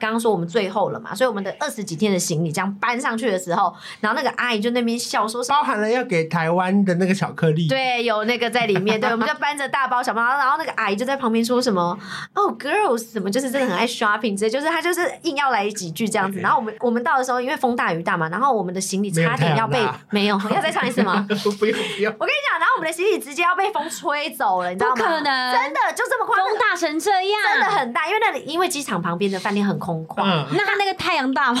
刚刚说我们最后了嘛，所以我们的二十几天的行李这样搬上去的时候，然后那个阿姨就那边笑说什么包含了要给台湾的那个巧克力，对，有那个在里面，对，我们就搬着大包小包，然后那个阿姨就在旁边说什么哦，girls 什么，就是真的很爱 shopping 之类，就是她就是硬要来几句这样子。然后我们我们到的时候，因为风大雨大嘛，然后我们的行李差点要被 没有要再唱一次 吗？不不用不用，我跟你讲，然后我们的行李直接要被风吹走了，你知道吗？不可能真的就这么夸张，风大成这样，真的很大，因为那里因为机场旁边的饭店很空旷，嗯，那他那个太阳大吗？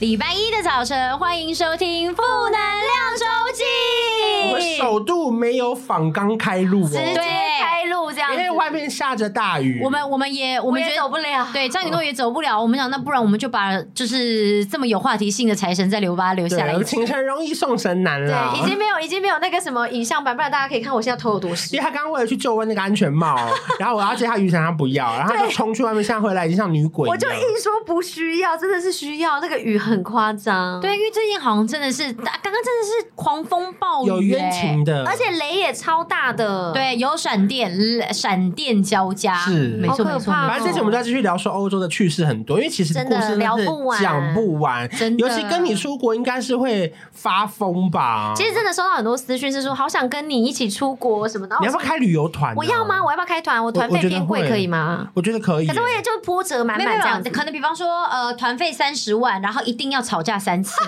礼拜一的早晨，欢迎收听《负能量周记我们》。首度没有仿刚开路直接哦，开路这样因子，为外面下着大雨，我们我们也我我们们觉也得走不了，对，张雨诺也走不了。我们想，那不然我们就把就是这么有话题性的财神在留吧留下来对，。情神容易送神难啦对，已，经没有已经没有那个什么影像版，不然大家可以看我现在头有多 因湿为。他刚刚为了去救温那个安全 帽，然后我要借他雨伞，他不要，然后他就冲去外面，现在回来已经像女鬼一样，我就硬说不需要，真的是需要。那个雨很夸张，对，，因为最近好像真的是，啊刚刚真的是狂风暴雨、有冤欸情。的，而且雷也超大的。，对，有闪电，闪电交加，是没错好可没错。怕哦没反正这期我们就要继续聊说欧洲的趣事很多，因为其嗯实真故的事聊是不完讲不完，真的尤其跟你出国应该是会发疯吧？其实真的收到很多私讯，是说好想跟你一起出国什么的。你要不要我说开旅游团、哦啊我要吗？？我要不要开团？我团我费觉得偏贵，会可以吗？我觉得可以可耶。是我也就波折满有没满有这没样子有，，可能比方说，呃，团费三十万，然后一定要吵架三次，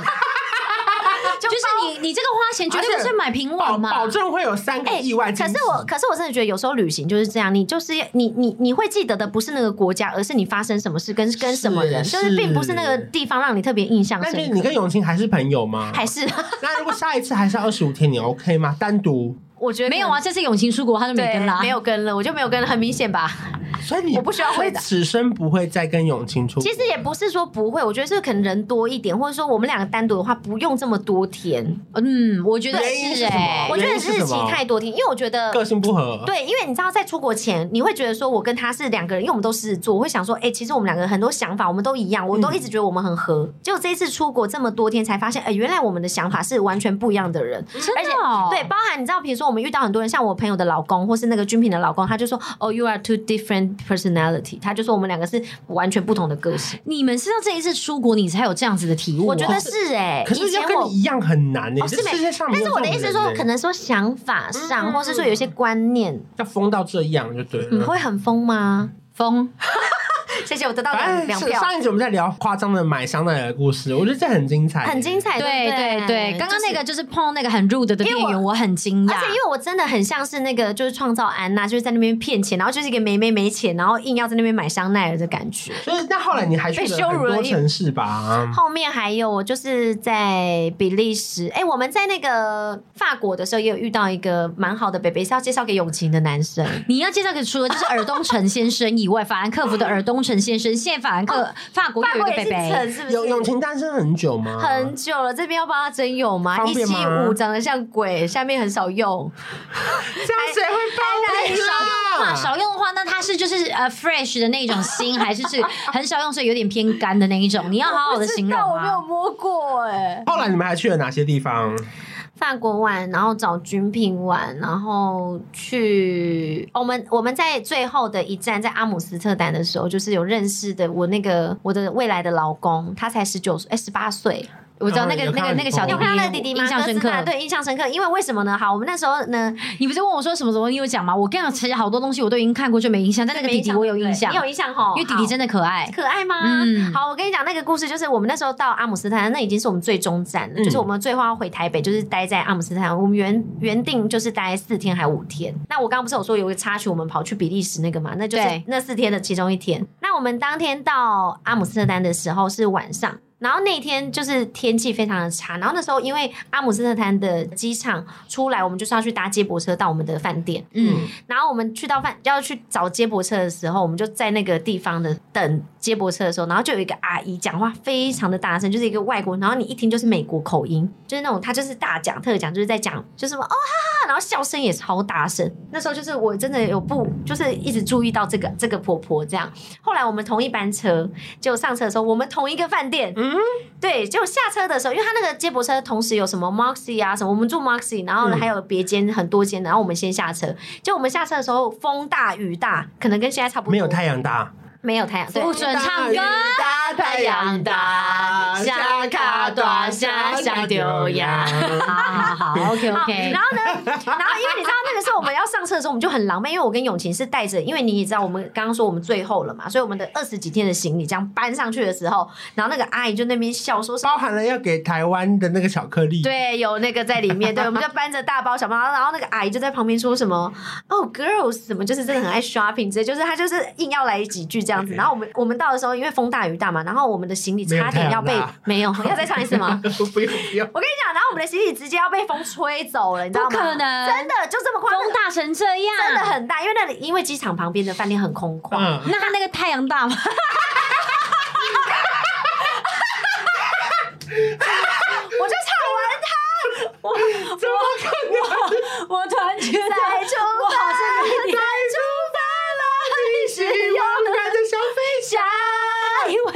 就就是你你这个花钱绝对而不且是买平保网嘛，保证会有三个哎意外惊可喜、是我，可是我真的觉得有时候旅行就是这样，你就是你你你会记得的不是那个国家，而是你发生什么事跟跟什么人，是就是并不是那个地方让你特别印象那就是深你刻。跟永清还是朋友吗？哦还是 那如果下一次还是二十五天，你 OK 吗？单独，我觉得没有啊，，这次永晴出国他就没对跟啦，，没有跟了，我就没有跟了，很明显吧。所以你我不需要所以回答此生不会再跟永清出国。 其实也不是说不会，我觉得是可能人多一点，或者说我们两个单独的话，不用这么多天。嗯，我觉得原因是是什么哎、我觉得原因是什日期么太多天，因为我觉得个性不合，，对，因为你知道，在出国前，你会觉得说我跟他是两个人，因为我们都狮子座，我会想说，哎、其实我们两个很多想法我们都一样，我都一直觉得我们很合。结果这一次出国这么多天，才发现，哎、原来我们的想法是完全不一样的人。真的、哦、对，包含你知道，比如说我们遇到很多人，像我朋友的老公，或是那个军品的老公，他就说，哦、y o u are two different personality，他就说我们两个是完全不同的个性。你们是到这一次出国，你才有这样子的体悟哦、我觉得是哎、可以是要前跟我你一样很难呢、欸哦这是没世界上没但有是这我种的人欸意呢、嗯思是说，可能说想法上，或是说有一些观念，要疯到这样就对了。你嗯会很疯吗？风谢谢，我得到两反两哎正是票。上一集我们在聊夸张的买香奈儿的故事，我觉得这很精彩，欸很精。彩，对对对不对，刚刚那。就是个就是碰到那个很 rude 的店因为员，我很惊而且因讶。为我真的很像是那个，就是创造安娜，就是在那边骗钱，然后就是一个没没没钱，然后硬要在那边买香奈儿的感觉。所以那后来你还去被了羞很辱了多一城市吧？后面还有我就是在比利时，哎、我们在那个法国的时候也有遇到一个蛮好的 baby，是要介绍给永晴的男 生。你要介绍给除了就是尔东城先生以外，法兰克福的尔东城先生，现在法兰克法国法又有国一个也北是北，城，是不永永是？晴单身很久吗？很久了，这边要帮他征友吗？方一便七吗五长得像鬼，下面很少用，这样谁会帮你哇，啦？啊少用的话，那它是就是呃 fresh 的那种心，还是 是很少用，所以有点偏干的那一种。你要好好的形容我不知道我没有啊。摸过哎、后来你们还去了哪些地方？法国玩，然后找军品玩，然后去我们我们在最后的一站在阿姆斯特丹的时候，就是有认识的我那个我的未来的老公，他才十九岁，哎十八岁。我知道那个有看那到个那个小你弟哦有有看到那个弟弟，弟吗？我印象深刻哥斯。达对，印象深刻。因为为什么呢？好，我们那时候呢，你不是问我说什么什么？你有讲吗？我跟你讲，其实好多东西我都已经看过，就没印象。但那个弟弟我有印象，你有印象吼，因为弟弟真的可爱好。可爱吗？嗯好，我跟你讲那个故事，就是我们那时候到阿姆斯特丹，那已经是我们最终站了，嗯就是我们最后要回台北，就是待在阿姆斯特丹。我们原原定就是待四天还五天。那我刚刚不是有说有一个插曲，我们跑去比利时那个嘛，那就是对那四天的其中一天。那我们当天到阿姆斯特丹的时候是晚上。然后那天就是天气非常的差，然后那时候因为阿姆斯特丹的机场出来，我们就是要去搭接驳车到我们的饭店。嗯，然后我们去到饭要去找接驳车的时候，我们就在那个地方的等接驳车的时候，然后就有一个阿姨讲话非常的大声，就是一个外国，然后你一听就是美国口音，就是那种她就是大讲特讲，就是在讲就是什么哦哈哈，然后笑声也超大声。那时候就是我真的有不就是一直注意到这个这个婆婆这样。后来我们同一班车，结果上车的时候我们同一个饭店，嗯，对，结果下车的时候，因为他那个接驳车同时有什么 Moxie 啊什么，我们住 Moxie，然后还有别间很多间，然后我们先下车。就我们下车的时候，风大雨大，可能跟现在差不多。没有太阳大，没有太阳，对，不准唱歌。大太阳大下卡大下下丢呀好好好，OK 嗯好 OK。然后呢，然后因为你知道那个时候我们要上车的时候，我们就很狼狈，因为我跟永晴是带着，因为你也知道我们刚刚说我们最后了嘛，所以我们的二十几天的行李这样搬上去的时候，然后那个阿姨就那边笑说 什么包含了要给台湾的那个巧克力，，对，有那个在里面，对，我们就搬着大包小包，然后然后那个阿姨就在旁边说什么哦，girls 什么，就是真的很爱 shopping 之类，就是她就是硬要来几句这样 子。然后我们我们到的时候，因为风大雨大嘛，然后我们的行李差点要被没有要再唱一次吗？不用不用，我跟你讲，然后我们的行李直接要被风吹走了，你知道吗？不可能真的就这么夸张风，大成这样，真的很大，因为那里因为机场旁边的饭店很空旷，嗯，那他那个太阳大 吗？我就我突然觉得唱完再出发，再出发吧，你是勇敢的消费下。因为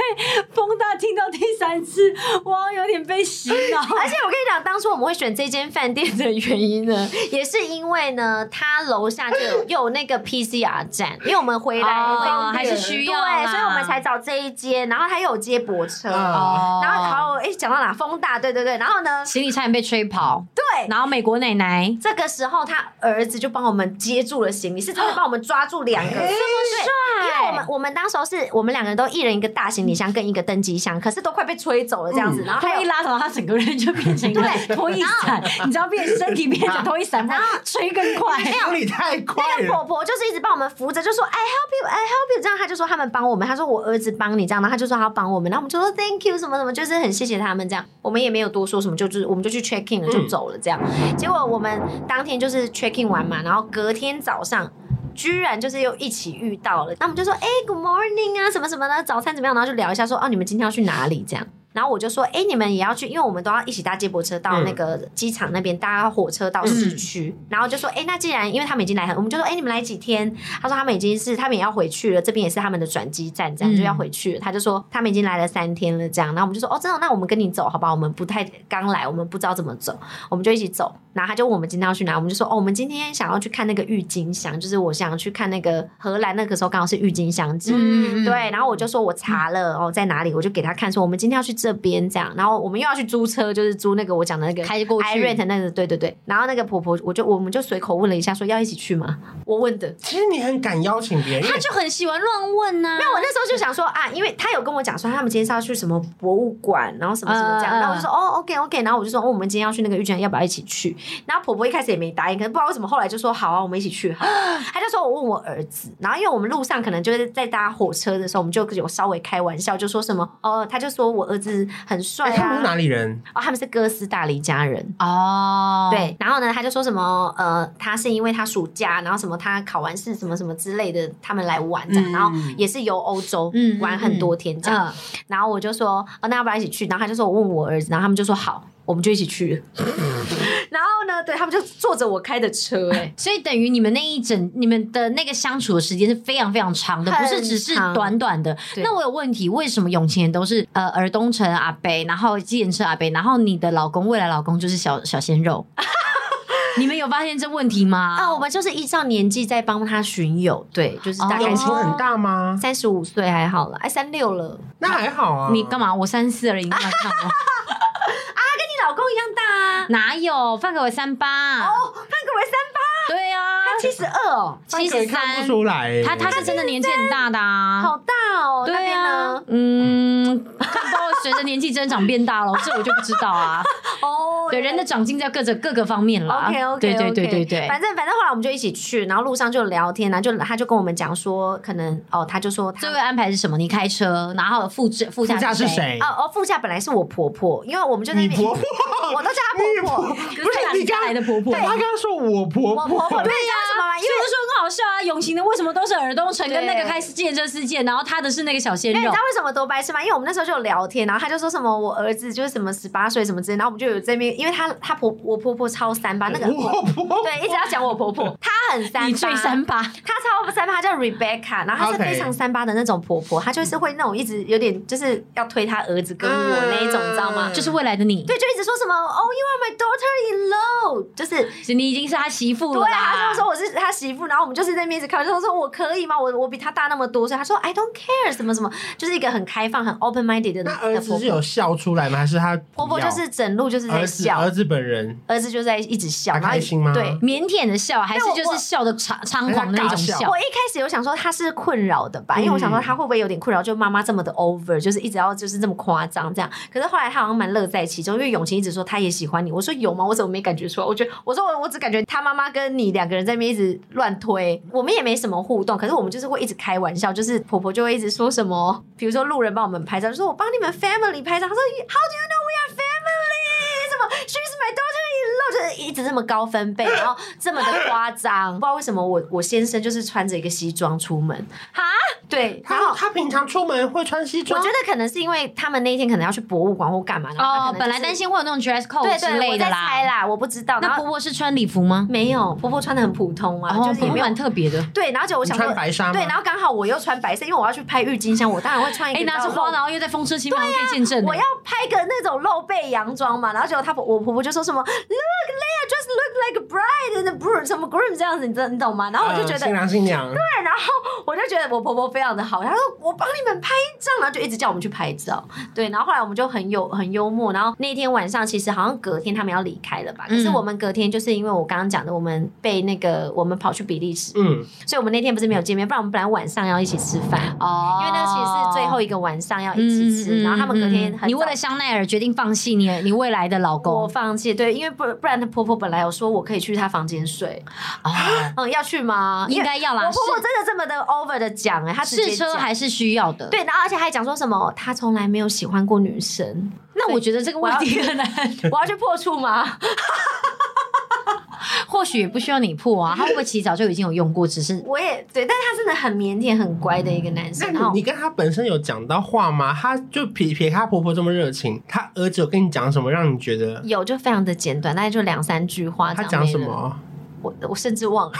风大听到第三次，我好像有点被洗脑。而且我跟你讲，当初我们会选这间饭店的原因呢， 也是因为呢，它楼下就 有又有那个 PCR 站，因为我们回来哦会用还这个是需要对，啦所以我们才找这一间，然后它又有接驳车。嗯然后，然后，哎，讲到哪？风大，对对对。然后呢？行李差点被吹跑，对，然后美国奶奶这个时候他儿子就帮我们接住了行李，是真的帮我们抓住两个，这么帅因为我们我们当时候是我们两个人都一人一个大行李箱跟一个登机箱，可是都快被吹走了这样子。然后还啊他有一拉长，他整个人就变成一个对拖衣伞，你知道变身体变成拖衣伞，然后吹更 快。行李太快那个了，婆婆就是一直帮我们扶着，就说 I help you, I help you，这样她就说他们帮我们，她说我儿子帮你这样，然后她就说她要帮我们，然后我们就说 Thank you 什么什么，就是很谢谢他们这样，我们也没有多说什么，就就是我们就去 check in 了，就走了这样。结果我们当天就是 check in 完嘛，然后隔天早上。居然就是又一起遇到了，那我们就说，哎、g o o d morning 啊，什么什么的，早餐怎么样？然后就聊一下说，哦，你们今天要去哪里？这样，然后我就说，哎、你们也要去，因为我们都要一起搭接驳车到那个机场那边，搭火车到嗯市区。然后就说，哎、那既然因为他们已经来很，我们就说，哎、你们来几天？他说他们已经是他们也要回去了，这边也是他们的转机站，这样、嗯就要回去了。他就说他们已经来了三天了，这样。然后我们就说，哦，真的，那我们跟你走，好吧？我们不太刚来，我们不知道怎么走，我们就一起走。然后他就问我们今天要去哪，我们就说，哦，我们今天想要去看那个郁金香，就是我想要去看那个荷兰，那个时候刚好是郁金香季。嗯，对，然后我就说我查了哦，在哪里，我就给他看说我们今天要去这边这样，然后我们又要去租车，就是租那个我讲的那个开过 i 去 rent 那个，对对对。然后那个婆婆，我就我们就随口问了一下，说要一起去吗？我问的。其实你很敢邀请别人，他就很喜欢乱问呐、那我那时候就想说啊，因为他有跟我讲说他们今天是要去什么博物馆，然后什么什么这样，嗯然后我就说哦，OK OK，然后我就说哦，我们今天要去那个玉泉，要不要一起去？然后婆婆一开始也没答应，可是不知道为什么后来就说好啊，我们一起去好了。他就说我问我儿子，嗯然后因为我们路上可能就是在搭火车的时候，我们就有稍微开玩笑，就说什么哦，他就说我儿子很帅哎，他们是啊，哪里人？哦，他们是哥斯达黎加人。哦，对，然后呢，他就说什么呃，他是因为他暑假，然后什么他考完试什么什么之类的，他们来玩这样，嗯然后也是游欧洲，嗯嗯玩很多天这样。嗯，然后我就说，哦，那要不要一起去？然后他就说，我问我儿子，然后他们就说好，我们就一起去了。 然后呢，对他们就坐着我开的车、 欸，所以等于你们那一整你们的那个相处的时间是非常非常长的，很不长是只是短短的。对那我有问题，为什么永晴人都是呃尔东城阿北，然后计程车阿北，然后你的老公未来老公就是小小鲜 肉？你们有发现这问题吗？啊，我们就是依照年纪在帮他巡游，对，就是大概友是情很大吗？三十五岁还好了，哎，三六了，那还好啊。你干嘛？我三四而已，你干嘛看我？你老公一样大啊，哪有？范可为三八，哦，范可为三八，对啊，他七十二哦，范七可也十看三不，出来欸，他他是真的年纪很大的啊。好大哦，那对边啊呢？，嗯，看不到我随着年纪增长变大了，这我就不知道啊。哦，对，人的长进在各着各个方面啦。 OK OK，啊对对对对对。反正反正后来我们就一起去，然后路上就聊天啊，就他就跟我们讲说，可能哦，他就说他最后安排是什么？你开车，然后副驾副副驾驾是？谁？哦哦，副驾本来是我婆婆，因为我们就在那你边婆婆？我都叫她婆婆，不不是你刚来的婆婆我吗。刚刚说我婆我婆婆，婆对，你知道为什么吗？因是为不是很好笑啊？永行的为什么都是尔东城跟对那个开司建车事件，然后他的是那个小鲜哎因为你肉知道？为什么多白痴吗？因为我们那时候就有聊天，然后他就说什么我儿子就是什么十八岁什么之类，然后我们就有这边，因为他他婆我婆婆超三八，那个我婆婆，对一直要讲我婆婆，她很三八，你最三八，她超三八，她叫 Rebecca，然后她是 OK 非常三八的那种婆婆，她就是会那种一直有点就是要推她儿子跟我那一种，嗯你知道吗？就就是未来的你，对，就一直说什么哦、oh,，You are my daughter in law，就是。是你已经是他媳妇了对啦。啊，他就说我是他媳妇，然后我们就是在那边一直开玩笑，我说我可以吗？我我比他大那么多，所以他说 I don't care 什么什么，就是一个很开放、很 open minded 的那的儿婆子是婆有。笑出来吗？还是他婆婆不就要是整路就是在儿子笑，儿子本人？儿子就在一直笑，他然后开心吗对。腼腆的笑，还是对我就是笑的猖猖狂的那种还是他尬笑笑我？一开始有想说他是困扰的吧，因为我想说他会不会有点困扰，就妈妈这么的 over，就是一直要就是这么夸张这样。可是后来他好像蛮乐在其中，因为永晴一直说他也喜欢你，我说有吗？我怎么没感觉出来？我觉得我说我我只感觉他妈妈跟你两个人在那边一直乱推，我们也没什么互动，可是我们就是会一直开玩笑，就是婆婆就会一直说什么，比如说路人帮我们拍照，就说我帮你们 family 拍照，她说 How do you know we are family？什么 She's my daughter in law，就是一直这么高分贝，然后这么的夸张， 不知道为什么我我先生就是穿着一个西装出门，哈，对，然他后。他平常出门会穿西我装觉，得可能是因为他们那一天可能要去博物馆或干嘛，然后他哦可，能本来就是担心会有那种 dress code 对之对，我类的在猜啦，我不知道。然那后婆婆是穿礼服吗？没有，婆婆穿的很普通啊，哦，就是也婆婆没有蛮特别的。对。然后就我你想穿说，白纱吗？对，然后刚好我又穿白色，因为我要去拍郁金香，我当然会穿一个哎，比较拿露。着花，然后又在风车骑马，我可以啊见证欸。我要拍个那种露背洋装嘛，然后结果他婆我婆婆就说什么 “Look, Leia just look like a bride and a groom 什么 groom 这样子，你知道你懂吗？”然后我就觉嗯得，新郎新娘，对，然后我就觉得我婆婆非常的好，她说我帮你们拍照，然后就一直叫我们去拍照。对，然后后来我们就很有很幽默。然后那天晚上，其实好像隔天他们要离开了吧？可是嗯我们隔天就是因为我刚刚讲的，我们被那个我们跑去比利时，嗯，所以我们那天不是没有见面，不然我们本来晚上要一起吃饭。哦嗯因为那其实是最后一个晚上要一起吃，然后他们隔天很你为早了香奈儿决定放弃你你未来的老我公放弃，对，因为不不然她婆婆本来有说我可以去她房间睡，啊，嗯，要去吗？应该要因为啦我。婆婆真的这么的 over 的讲哎、她直接试车讲还是需要的。，对，然后而且还讲说什么她从来没有喜欢过女生，那我觉得这个问题很难，我要去破处吗？ 或许也不需要你破啊，他会不会其实早就已经有用过，只是我也对，但是他真的很腼腆、很乖的一个男生，然那后你你跟他本身有讲到话吗？他就撇撇他婆婆这么热情，他儿子有跟你讲什么让你觉得？有就非常的简短，大概就两三句话。他这样讲没什了？么？我我甚至忘了。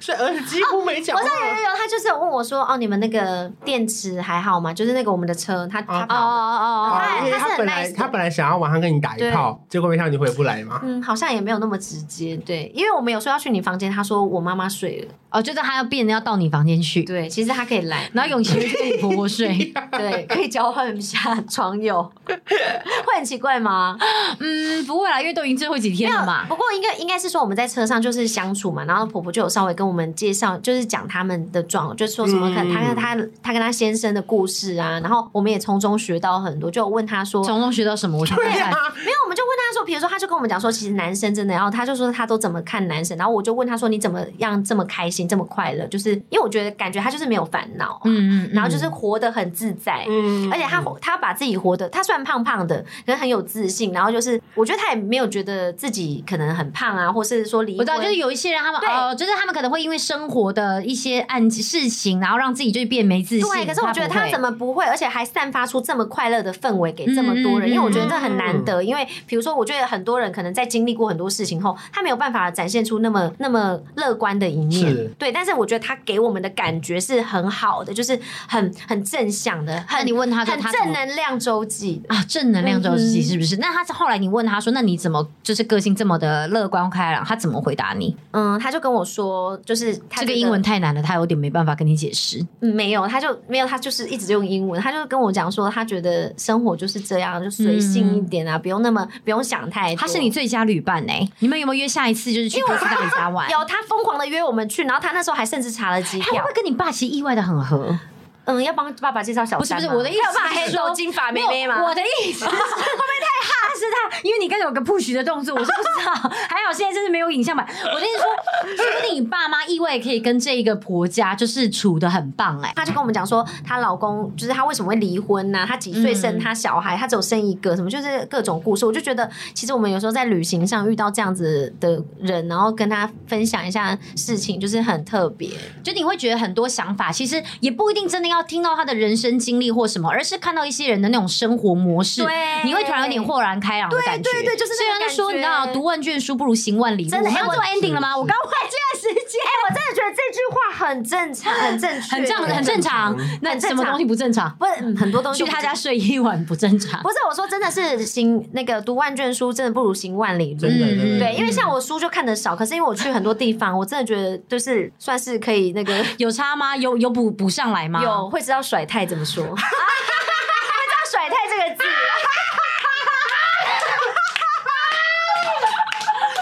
所以儿子几乎没讲我话知。道有有有，他就是有问我说：“哦，你们那个电池还好吗？就是那个我们的车，他他啊跑哦了哦哦他因他为是很他本来 nice 的他本来想要晚上跟你打一炮，结果没想到你回不来嘛。嗯，好像也没有那么直接，对，因为我们有说要去你房间，他说我妈妈睡了，哦，就是他要变要到你房间去，对，其实他可以 来，然后永琪就跟你婆婆 睡。对，可以交换一下床友，会很奇怪吗？嗯，不会啦，因为都已经最后几天了嘛。哦不过应该应该是说我们在车上就是相处嘛，然后婆婆就有稍微跟我们介绍，就是讲他们的状，就是说什么嗯可能她跟她她跟她先生的故事啊，然后我们也从中学到很多，就有问她说，从中学到什么？我想看对看。啊，没有，我们就问他说，比如说，他就跟我们讲说，其实男生真的，然后他就说他都怎么看男生，然后我就问他说，你怎么样这么开心，这么快乐？就是因为我觉得感觉他就是没有烦恼啊、嗯嗯，嗯然后就是活得很自在。嗯而且他活他把自己活得，他虽然胖胖的，可是很有自信。然后就是，我觉得他也没有觉得自己可能很胖啊，或是说离我婚知道，就是有一些人他们对哦，就是他们可能会因为生活的一些案事情，然后让自己就变没自信。对。可是我觉得不他会怎么不会，而且还散发出这么快乐的氛围给这么多人，嗯嗯嗯因为我觉得这很难得。因为比如说，我觉得很多人可能在经历过很多事情后，他没有办法展现出那么那么乐观的一面是。对，但是我觉得他给我们的感觉是很好的，就是很很正向的，那很你问他说很他正能能量周记。啊，正能量周嗯期哼是不是？那他后来你问他说，那你怎么就是个性这么的乐观开朗？他怎么回答你？嗯，他就跟我说，就是他觉这个得英文太难了，他有点没办法跟你解释。嗯没有，他就没有，他就是一直用英文，他就跟我讲说，他觉得生活就是这样，就随性一点啊，不用那么不用想太多。嗯他是你最佳旅伴呢、欸你们有没有约下一次就是去哥斯达黎加玩？有，他疯狂的约我们去，然后他那时候还甚至查了机他会票哎不会。跟你爸其实意外的很合？嗯，要帮爸爸介绍小不是三不吗。是我的意思要帮是黑说头金发妹没有妹吗？我的 意思是会不会太哈是他？因为你刚才有个 push 的动作，我是不知道。还好现在真是没有影像版。我的意思说，说不定你爸妈意外可以跟这一个婆家就是处的很棒哎、她就跟我们讲说，她老公就是她为什么会离婚呐、她几岁嗯生她小孩？她只有生一个，什么就是各种故事。我就觉得，其实我们有时候在旅行上遇到这样子的人，然后跟他分享一下事情，就是很特别。就你会觉得很多想法，其实也不一定真的要听到他的人生经历或什么，而是看到一些人的那种生活模式，对你会突然有点豁然开朗的感觉。对对对就是虽那个然说感你觉知道，读万卷书不如行万里路。真的我们哎要我做 ending 了吗？是我刚快进来时间，哎我真的觉得这句话很正常，很正确，很正很正常。那很正什么常东西不正常？不是、嗯很多东西去都不他正家睡一晚不正常不。是我说，真的是行那个读万卷书，真的不如行万里路。真的真的对，因嗯为像我书就看的少，可是因为我去很多地方，我真的觉得就是算是可以那个有差吗？有有补补上来吗？有会知道甩太怎么说，会 知道甩太这个字。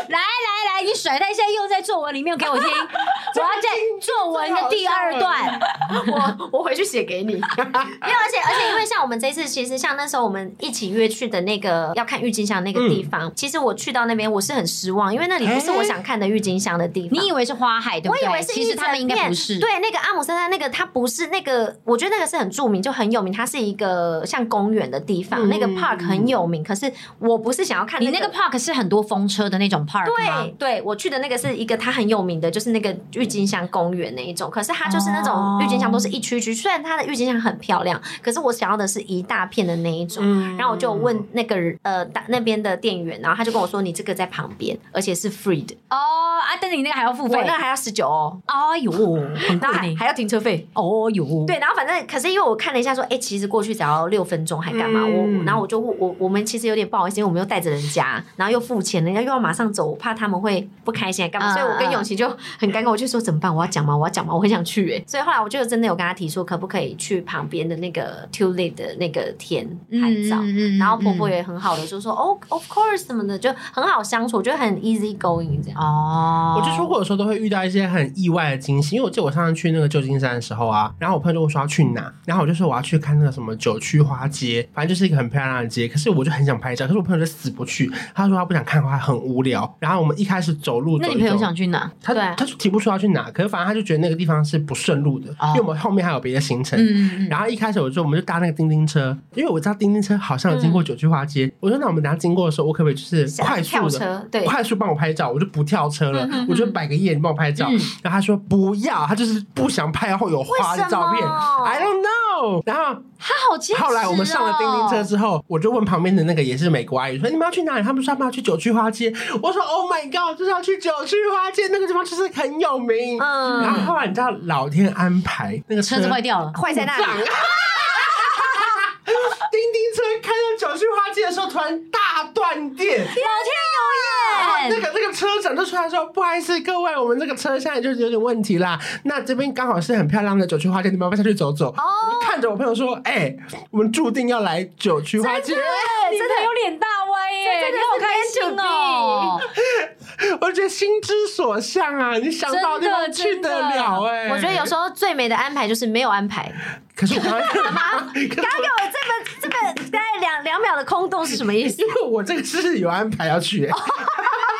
来来来，你甩他一下，又在作文里面给 我听，我要在作文的第二段。我我回去写给你。因为而且而且因为像我们这次，其实像那时候我们一起约去的那个要看郁金香那个嗯地方，其实我去到那边我是很失望，因为那里不是哎我想看的郁金香的地方。你以为是花海对不我对？以为是其一实他们应该整不片是。对，那个阿姆斯特丹那个，它不是那个，我觉得那个是很著名，就很有名，它是一个像公园的地方，那个 park 很有名。可是我不是想要看、嗯你那个 park 是很多风车的那种 park 吗对？对，我去的那个是一个它很有名的，就是那个郁金香公园那一种。可是它就是那种哦郁金香都是一区一区，虽然它的郁金香很漂亮，可是我想要的是一大片的那一种。嗯然后我就问那个人呃大那边的店员，然后他就跟我说：“你这个在旁边，而且是 free 的，哦啊，但是你那个还要付我费那。还要十九哦，哎呦，很然贵后 还呢。还要停车费。”哦呦，对，然后反正可是因为我看了一下，说，哎、其实过去只要六分钟还干嘛？嗯我然后我就问我我们其实有点不好意思，因为我们又带着人家，然后又付钱，人家又要马上走，我怕他们会不开心还干嘛？所以我嗯嗯跟嗯永琪就很尴尬，我就说怎么办？我要讲吗？我要讲吗？我很想去哎、所以后来我就真的有跟他提说，可不可以去旁边的那个 Tulip 的那个田拍照？嗯然后婆婆也很好的就说、哦，of course 什么的，就很好相处，我觉得很 easy going 这样。哦，我就出国的时候都会遇到一些很意外的惊喜，因为我记得我上次去那个旧金山的时候啊，然后我朋友就问我说要去哪，然后我就说我要去看那个什么九曲花街，反正就是一个很漂亮的街，可是我就很想拍照，可是我朋友就死不去，他说他不想看花，很无聊。然后我们一开始走路走那一走，你朋友想啊去哪？他对他就提不出要去哪，可是反正他就觉得那个地方是不顺路的，哦因为我们后面还有别的行程。嗯嗯嗯，然后一开始我就我们就搭那个叮叮车，因为我知道叮叮车好像有经嗯过九曲花街，我说那我们等下经过的时候，我可不可以就是想快速跳的车对，嗯快速帮我拍照，我就不跳车了，我就摆个耶，你帮我拍照。嗯然后他说不要，他就是不想拍后有花的照为片什么，I don't know。然后他好坚持哦。后来我们上了叮叮车之后，哦我就问旁边的那个也是美国阿姨说：“你们要去哪里？”他们说：“他们要去九曲花街。”我说：“Oh my god，就是要去九曲花街，那个地方就是很有名。嗯然后后来你知道老天安排那个车子坏掉了，坏在那里。叮叮车开到九曲花街的时候，突然大断电。然后老天那有眼。个那个车长就出来说：“不好意思，各位，我们这个车现在就是有点问题啦。那这边刚好是很漂亮的九曲花街，你们要不要下去走走？”我就看着我朋友说：“哎、我们注定要来九曲花街。”你朋友脸大歪耶，这真的你是好开心哦！我觉得心之所向啊，你想到地方去得了哎、我觉得有时候最美的安排就是没有安排。可是我刚 刚可是啊刚刚给我这么这么大概两两秒的空洞是什么意思？ 因为我这个是有安排要去、 哎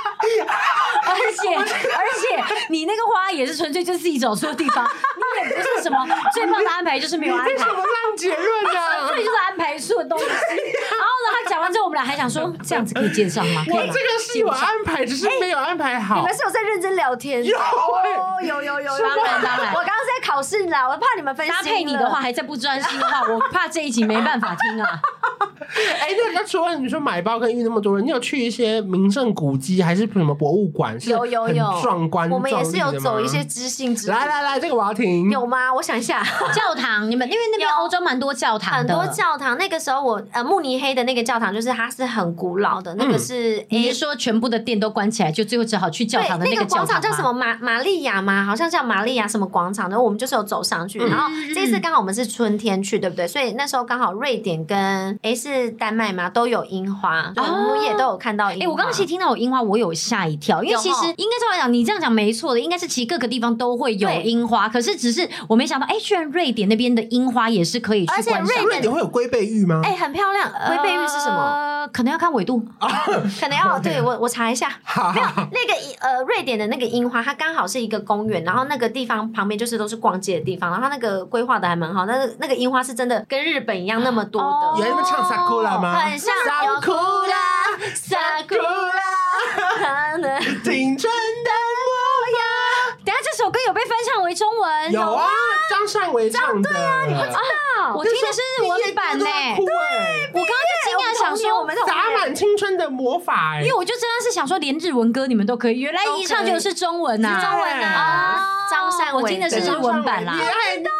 而且而且你那个花也是纯粹就自己走错地方， 你也不是什么最棒的安排，就是没有安为排啊什。么让结论啊呢、 所以就是安排错 东西。然后呢，他讲完之后，我们俩还想说，这样子可以介绍吗？我可以这吗？个是有安排，只是没有安排好。你们是有在认真聊天？有哎哦有有有，当然当然我刚刚是在考试啦，我怕你们分心了搭配你的话，还在不专心的话，我怕这一集没办法听啊。哎、那那除了你说买包跟遇那么多人，你有去一些名胜古迹还是什么博物馆？是有有有很壮观，我们也是有走一些壮丽知性之的吗。来来来，这个我要听。有吗？我想一 下， 教堂，你们因为那边有欧洲蛮多教堂很的，多教堂。那个时候我呃慕尼黑的那个教堂，就是它是很古老的，那个嗯是你 A 是说全部的店都关起来，就最后只好去教对，堂的那个教广场堂叫什吗？么玛玛利亚吗？好像叫玛利亚什么广场然后我们就是有走上去。嗯然后这次刚好我们是春天去，对不对？所以那时候刚好瑞典跟诶是丹麦嘛，都有樱花，就我们也都有看到樱哎、花。我刚刚其实听到有樱花，我有吓一跳，因为有其实吼应该照来讲，你这样讲没错的，应该是其实各个地方都会有对樱花，可是只是我没想到，哎、居然瑞典那边的樱花也是可以去而且观赏。瑞瑞典会有龟背玉吗？哎、很漂亮，龟背玉是什么？呃？可能要看纬度。可能要对我我查一 下。哈没有哈，那个呃，瑞典的那个樱花，它刚好是一个公园，然后那个地方旁边就是都是逛街的地方，然后它那个规划的还蛮好，但是那个樱花是真的跟日本一样那么多哦的，有人在唱 Sakura 吗？很像哦有 Sakura， Sakura，可 能青春的等一下这首歌有被翻唱为中文？模样。有啊，张善伟唱的。对啊，你不知道我听的是文版呢、哭哎，我刚刚就惊讶想说，哎我们同洒年满青春的魔法哎因为。我就真的是想说，连日文歌你们都可以，原来一唱就是中文呐、中文啊，张善伟我听的是对日文版啦厉害，哎你真的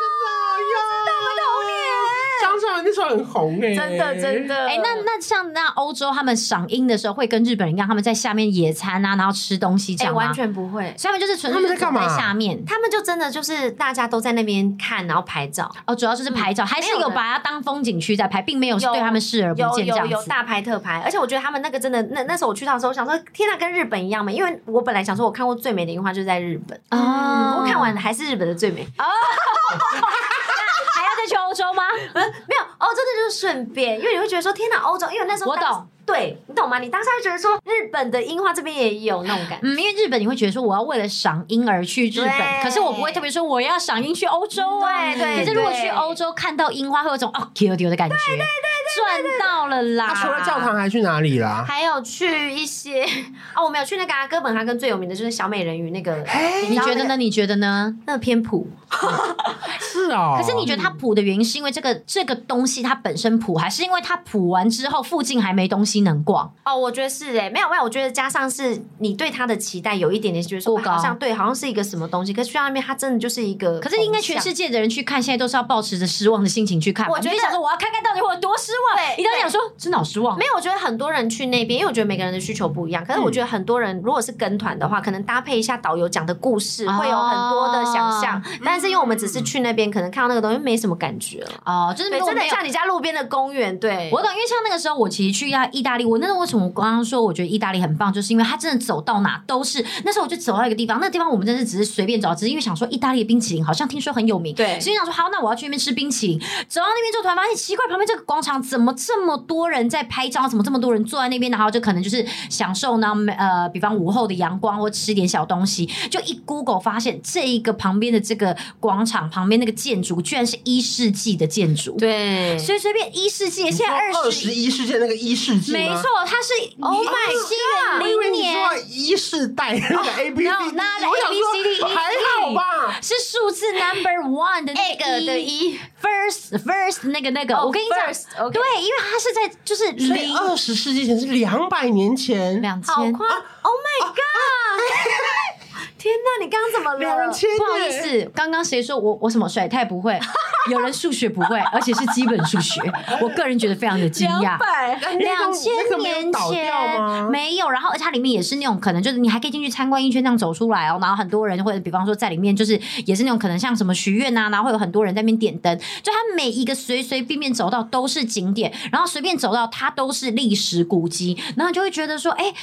哟！张善伟那时候很红哎，真的真。的，哎、 那那像那欧洲他们赏樱的时候，会跟日本人一样，他们在下面野餐啊，然后吃东西这哎样吗？完，全不会。所以他们就是纯他粹们在就是走干嘛在下面他们就真的就是大家都在那边看，然后拍照，哦，主要就是拍照，还是没有有的把它当风景区在拍，并没有有对他们视而不有见这有样有子。大拍特拍，而且我觉得他们那个真的，那那时候我去到的时候，我想说天呐，跟日本一样美，因为我本来想说我看过最美的樱花就是在日本，嗯哦我看完还是日本的最美，还要再去欧洲吗？没有哦，真的就是顺便，因为你会觉得说天呐，欧洲，因为那时候我当懂，对你懂吗？你当下会觉得说日本的樱花这边也有那种感觉，嗯，因为日本你会觉得说我要为了赏樱而去日本，对可是我不会特别说我要赏樱去欧洲啊。对对可是如果对去欧洲看到樱花，会有一种哦丢丢的感觉，对对对，赚到了啦！他除了教堂还去哪里啦？ 还有去一些 哦，我们有去那个、啊、哥本哈根最有名的就是小美人鱼那个，哎你觉得呢？你觉得呢？那偏普，是哦。可是你觉得它普的原因是因为这个这个东西它本身普，还是因为它普完之后附近还没东西能逛？哦，我觉得是哎、没有没有，我觉得加上是你对他的期待有一点点觉得说哇过高好像对，好像是一个什么东西，可是去到那边它真的就是一个偶像，可是应该全世界的人去看，现在都是要抱持着失望的心情去看吧。我觉得你就想说我要看看到底会有多失望，对一定要想说真的好失望。没有，我觉得很多人去那边，因为我觉得每个人的需求不一样。可是嗯我觉得很多人如果是跟团的话，可能搭配一下导游讲的故事，哦会有很多的想象。嗯但是因为我们只是去那边，可能看到那个东西没什么感觉了。哦，就是对，如果真的没有像你家路边的公园，对，我懂，因为像那个时候，我其实去意大意大利，我那时候为什么我刚刚说我觉得意大利很棒，就是因为它真的走到哪都是。那时候我就走到一个地方，那个地方我们真的是只是随便找，只是因为想说意大利的冰淇淋好像听说很有名，对所以想说好，那我要去那边吃冰淇淋。走到那边之后，突然发现奇怪，旁边这个广场怎么这么多人在拍照？怎么这么多人坐在那边？然后就可能就是享受呢，呃，比方午后的阳光或吃点小东西。就一 Google 发现这一个旁边的这个广场旁边那个建筑，居然是一世纪的建筑。对，随随便一世纪，现在哦二十一世纪那哦个一世纪吗没错，，它是 Oh 西 my 我元以为零你年说一世代那个 A B C， no，那我想说 ABCD 还好吧？是数字 number one 的那个的哎一 first first 那个那个，哦我跟你讲 first，OK 对，因为它是在就是所以零二十世纪前是两百年前，两好千。夸！Oh my 啊 god！天 哪，你刚刚怎么了两？千，不好意，思，刚刚谁说我我什么甩太不会？有人数学不会，而且是基本数学，我个人觉得非常的惊讶。百两千那个没有年倒掉前吗没有，然后而且它里面也是那种可能就是你还可以进去参观一圈，这样走出来哦。然后很多人或者比方说在里面就是也是那种可能像什么许愿呐，然后会有很多人在那边点灯，就它每一个随随便便走到都是景点，然后随便走到它都是历史古迹，然后你就会觉得说，哎，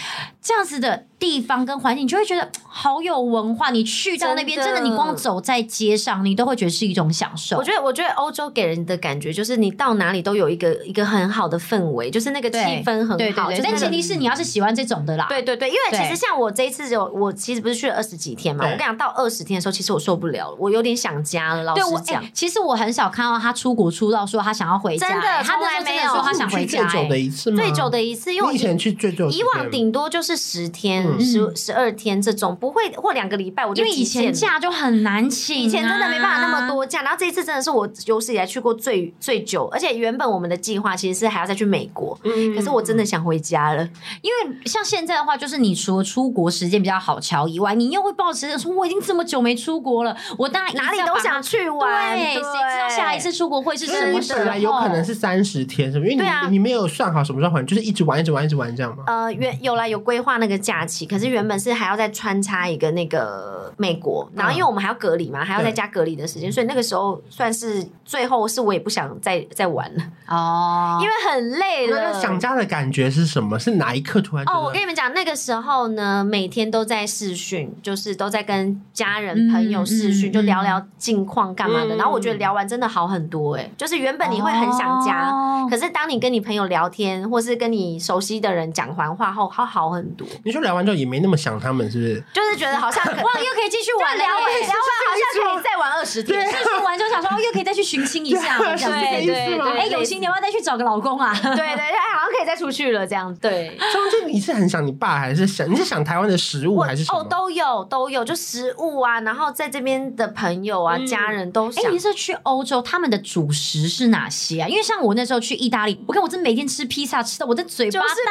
这样子的地方跟环境，你就会觉得好有文化。你去到那边，真真的的你光走在街上，你都会觉得是一种享受我。觉得，我觉得欧洲给人的感觉就是，你到哪里都有一个一个很好的氛围，就是那个气对氛很好。对对就对，是那但个前提是你要是喜欢这种的啦。对对对，因为其对实像我这一次有，我其实不是去了二十几天嘛，我对跟你讲，到二十天的时候，其实我受不了了，我有点想家了。老对实我、讲哎，其实我很少看到他出国出到说他想要回家、真的哎他从那时来候真没的有说哦他想是回你去家、最久的哎一次吗？最久的一次，因为你我以前去最久的以时往间顶多就是十天、嗯十十二天这种，不会或两个礼拜，我因就为以极限前了嗯假就很难请、啊以前真的没办法那么。多假，然后这一次真的是我有史以来去过最最久，而且原本我们的计划其实是还要再去美国，嗯可是我真的想回家了。因为像现在的话，就是你除了出国时间比较好瞧以外，你又会抱持着说我已经这么久没出国了，我当然一定哪里要都把它想去玩，对，谁知道下一次出国会是什你么真时的候？本来啊有可能是三十天，什么？因为啊对你、啊你没有算好什么时候还，就是一直玩，一直玩，一直玩这样吗？呃，原有啦有规划那个假期，可是原本是还要再穿嗯插一个那个美国，然后因为我们还要隔离嘛，还要再加隔离的时间，所以那个时候算是就是最后是我也不想再再玩了，哦，因为很累那了。那想家的感觉是什么？是哪一刻突然觉得？哦，我跟你们讲，那个时候呢，每天都在视讯，就是都在跟家人、朋友视讯，嗯嗯就聊聊近况干嘛的。嗯然后我觉得聊完真的好很多、欸，就是原本你会很想家，哦可是当你跟你朋友聊天，或是跟你熟悉的人讲完话后，好好很多，你说聊完之后也没那么想他们，是不是？就是觉得好像可 哇，欸又可以继续玩了聊完耶聊完好像可以再玩二十天。继续玩就想说，哦，又可以再去寻亲一下，这样子。对 是这个意思对吗对，哎，有心你要不要再去找个老公啊？对对对，好像可以再出去了这样。 对，中间你是很想你爸，还是想你是想台湾的食物，我还是什么？哦都有都有，就食物啊，然后在这边的朋友啊、嗯家人都哎、想。你是去欧洲，他们的主食是哪些啊？因为像我那时候去意大利，我看我真每天吃披萨，吃的我这嘴巴大就是破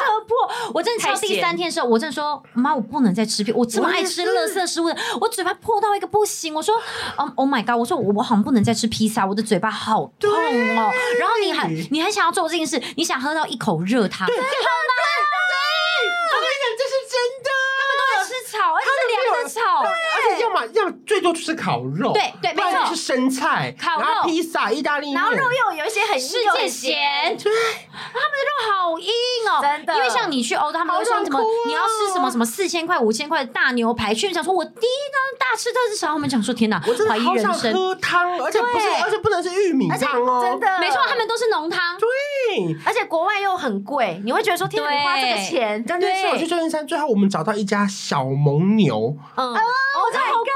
特破，我真的吃到太咸第三天的时候，我真的说妈，我不能再吃披，我这么爱吃垃圾食物的，我嘴巴破到一个不行。我说，哦，Oh my god，我说我我好像不能再吃披萨，我的嘴巴好痛哦。然后你还你还想要做这件事，你想喝到一口热汤，对，这是真的，吃草，而且是凉的草。而且要么要么最多就是烤肉，对对不然没错就是生菜，烤肉然后披萨、意大利面，然后肉又嗯有一些很世硬又界很咸，对，好硬哦，真的因为像你去欧洲，他们会说什么、好想哭哦你要吃什么什么四千块、五千块的大牛排，去想说我第一张大吃特吃啥？我们讲说天哪，我真怀的疑好人想生。喝汤，而且不是对，而且不能是玉米而且汤哦，真的没错，他们都是浓汤，对。而且国外又很贵，你会觉得说天哪，对你花这个钱，但那次我去旧金山，最后我们找到一家小蒙牛，嗯，哦，这好贵，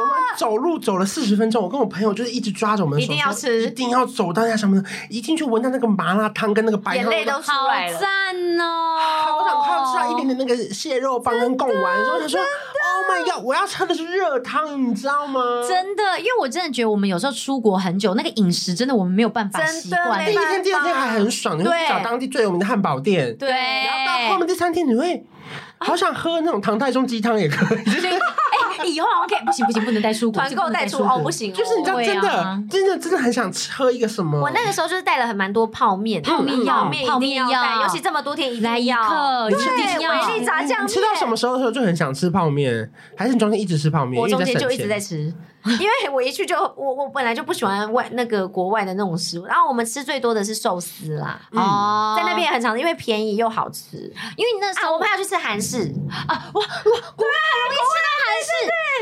我们走路走了四十分钟，我跟我朋友就是一直抓着我们的手，一定要说吃一定要走到那什么，一进去闻到那个麻辣汤跟那个白眼汤，泪都出好来了。赞哦！好想快要吃到一点点那个蟹肉棒跟贡丸的时候，他说：“Oh my god，我要喝的是热汤，你知道吗？”真的，因为我真的觉得我们有时候出国很久，那个饮食真的我们没有办法真的习惯没第一办。天、第二天还很爽，你会去对找当地最有名的汉堡店，对，啊对到后面第三天你会好想喝那种唐太宗鸡汤也可以，就是哎、以后好像可以，不行不行，不能带出国，团这不购能带带出出国哦，不行哦，就是你知道对真啊的真的真的很想吃喝一个什么，我那个时候就是带了很蛮多泡面，泡面泡要面一泡定面要带，要尤其这么多天一来定一要。克，一定要对维力炸酱面你吃到什么时候的时候就很想吃泡面，还是你中间一直吃泡面？我中因为间你就一省直在钱。吃，因为我一去就我我本来就不喜欢外那个国外的那种食物，然后我们吃最多的是寿司啦，嗯哦，在那边也很常，因为便宜又好吃。因为你那时啊，候我们还要去吃韩式，嗯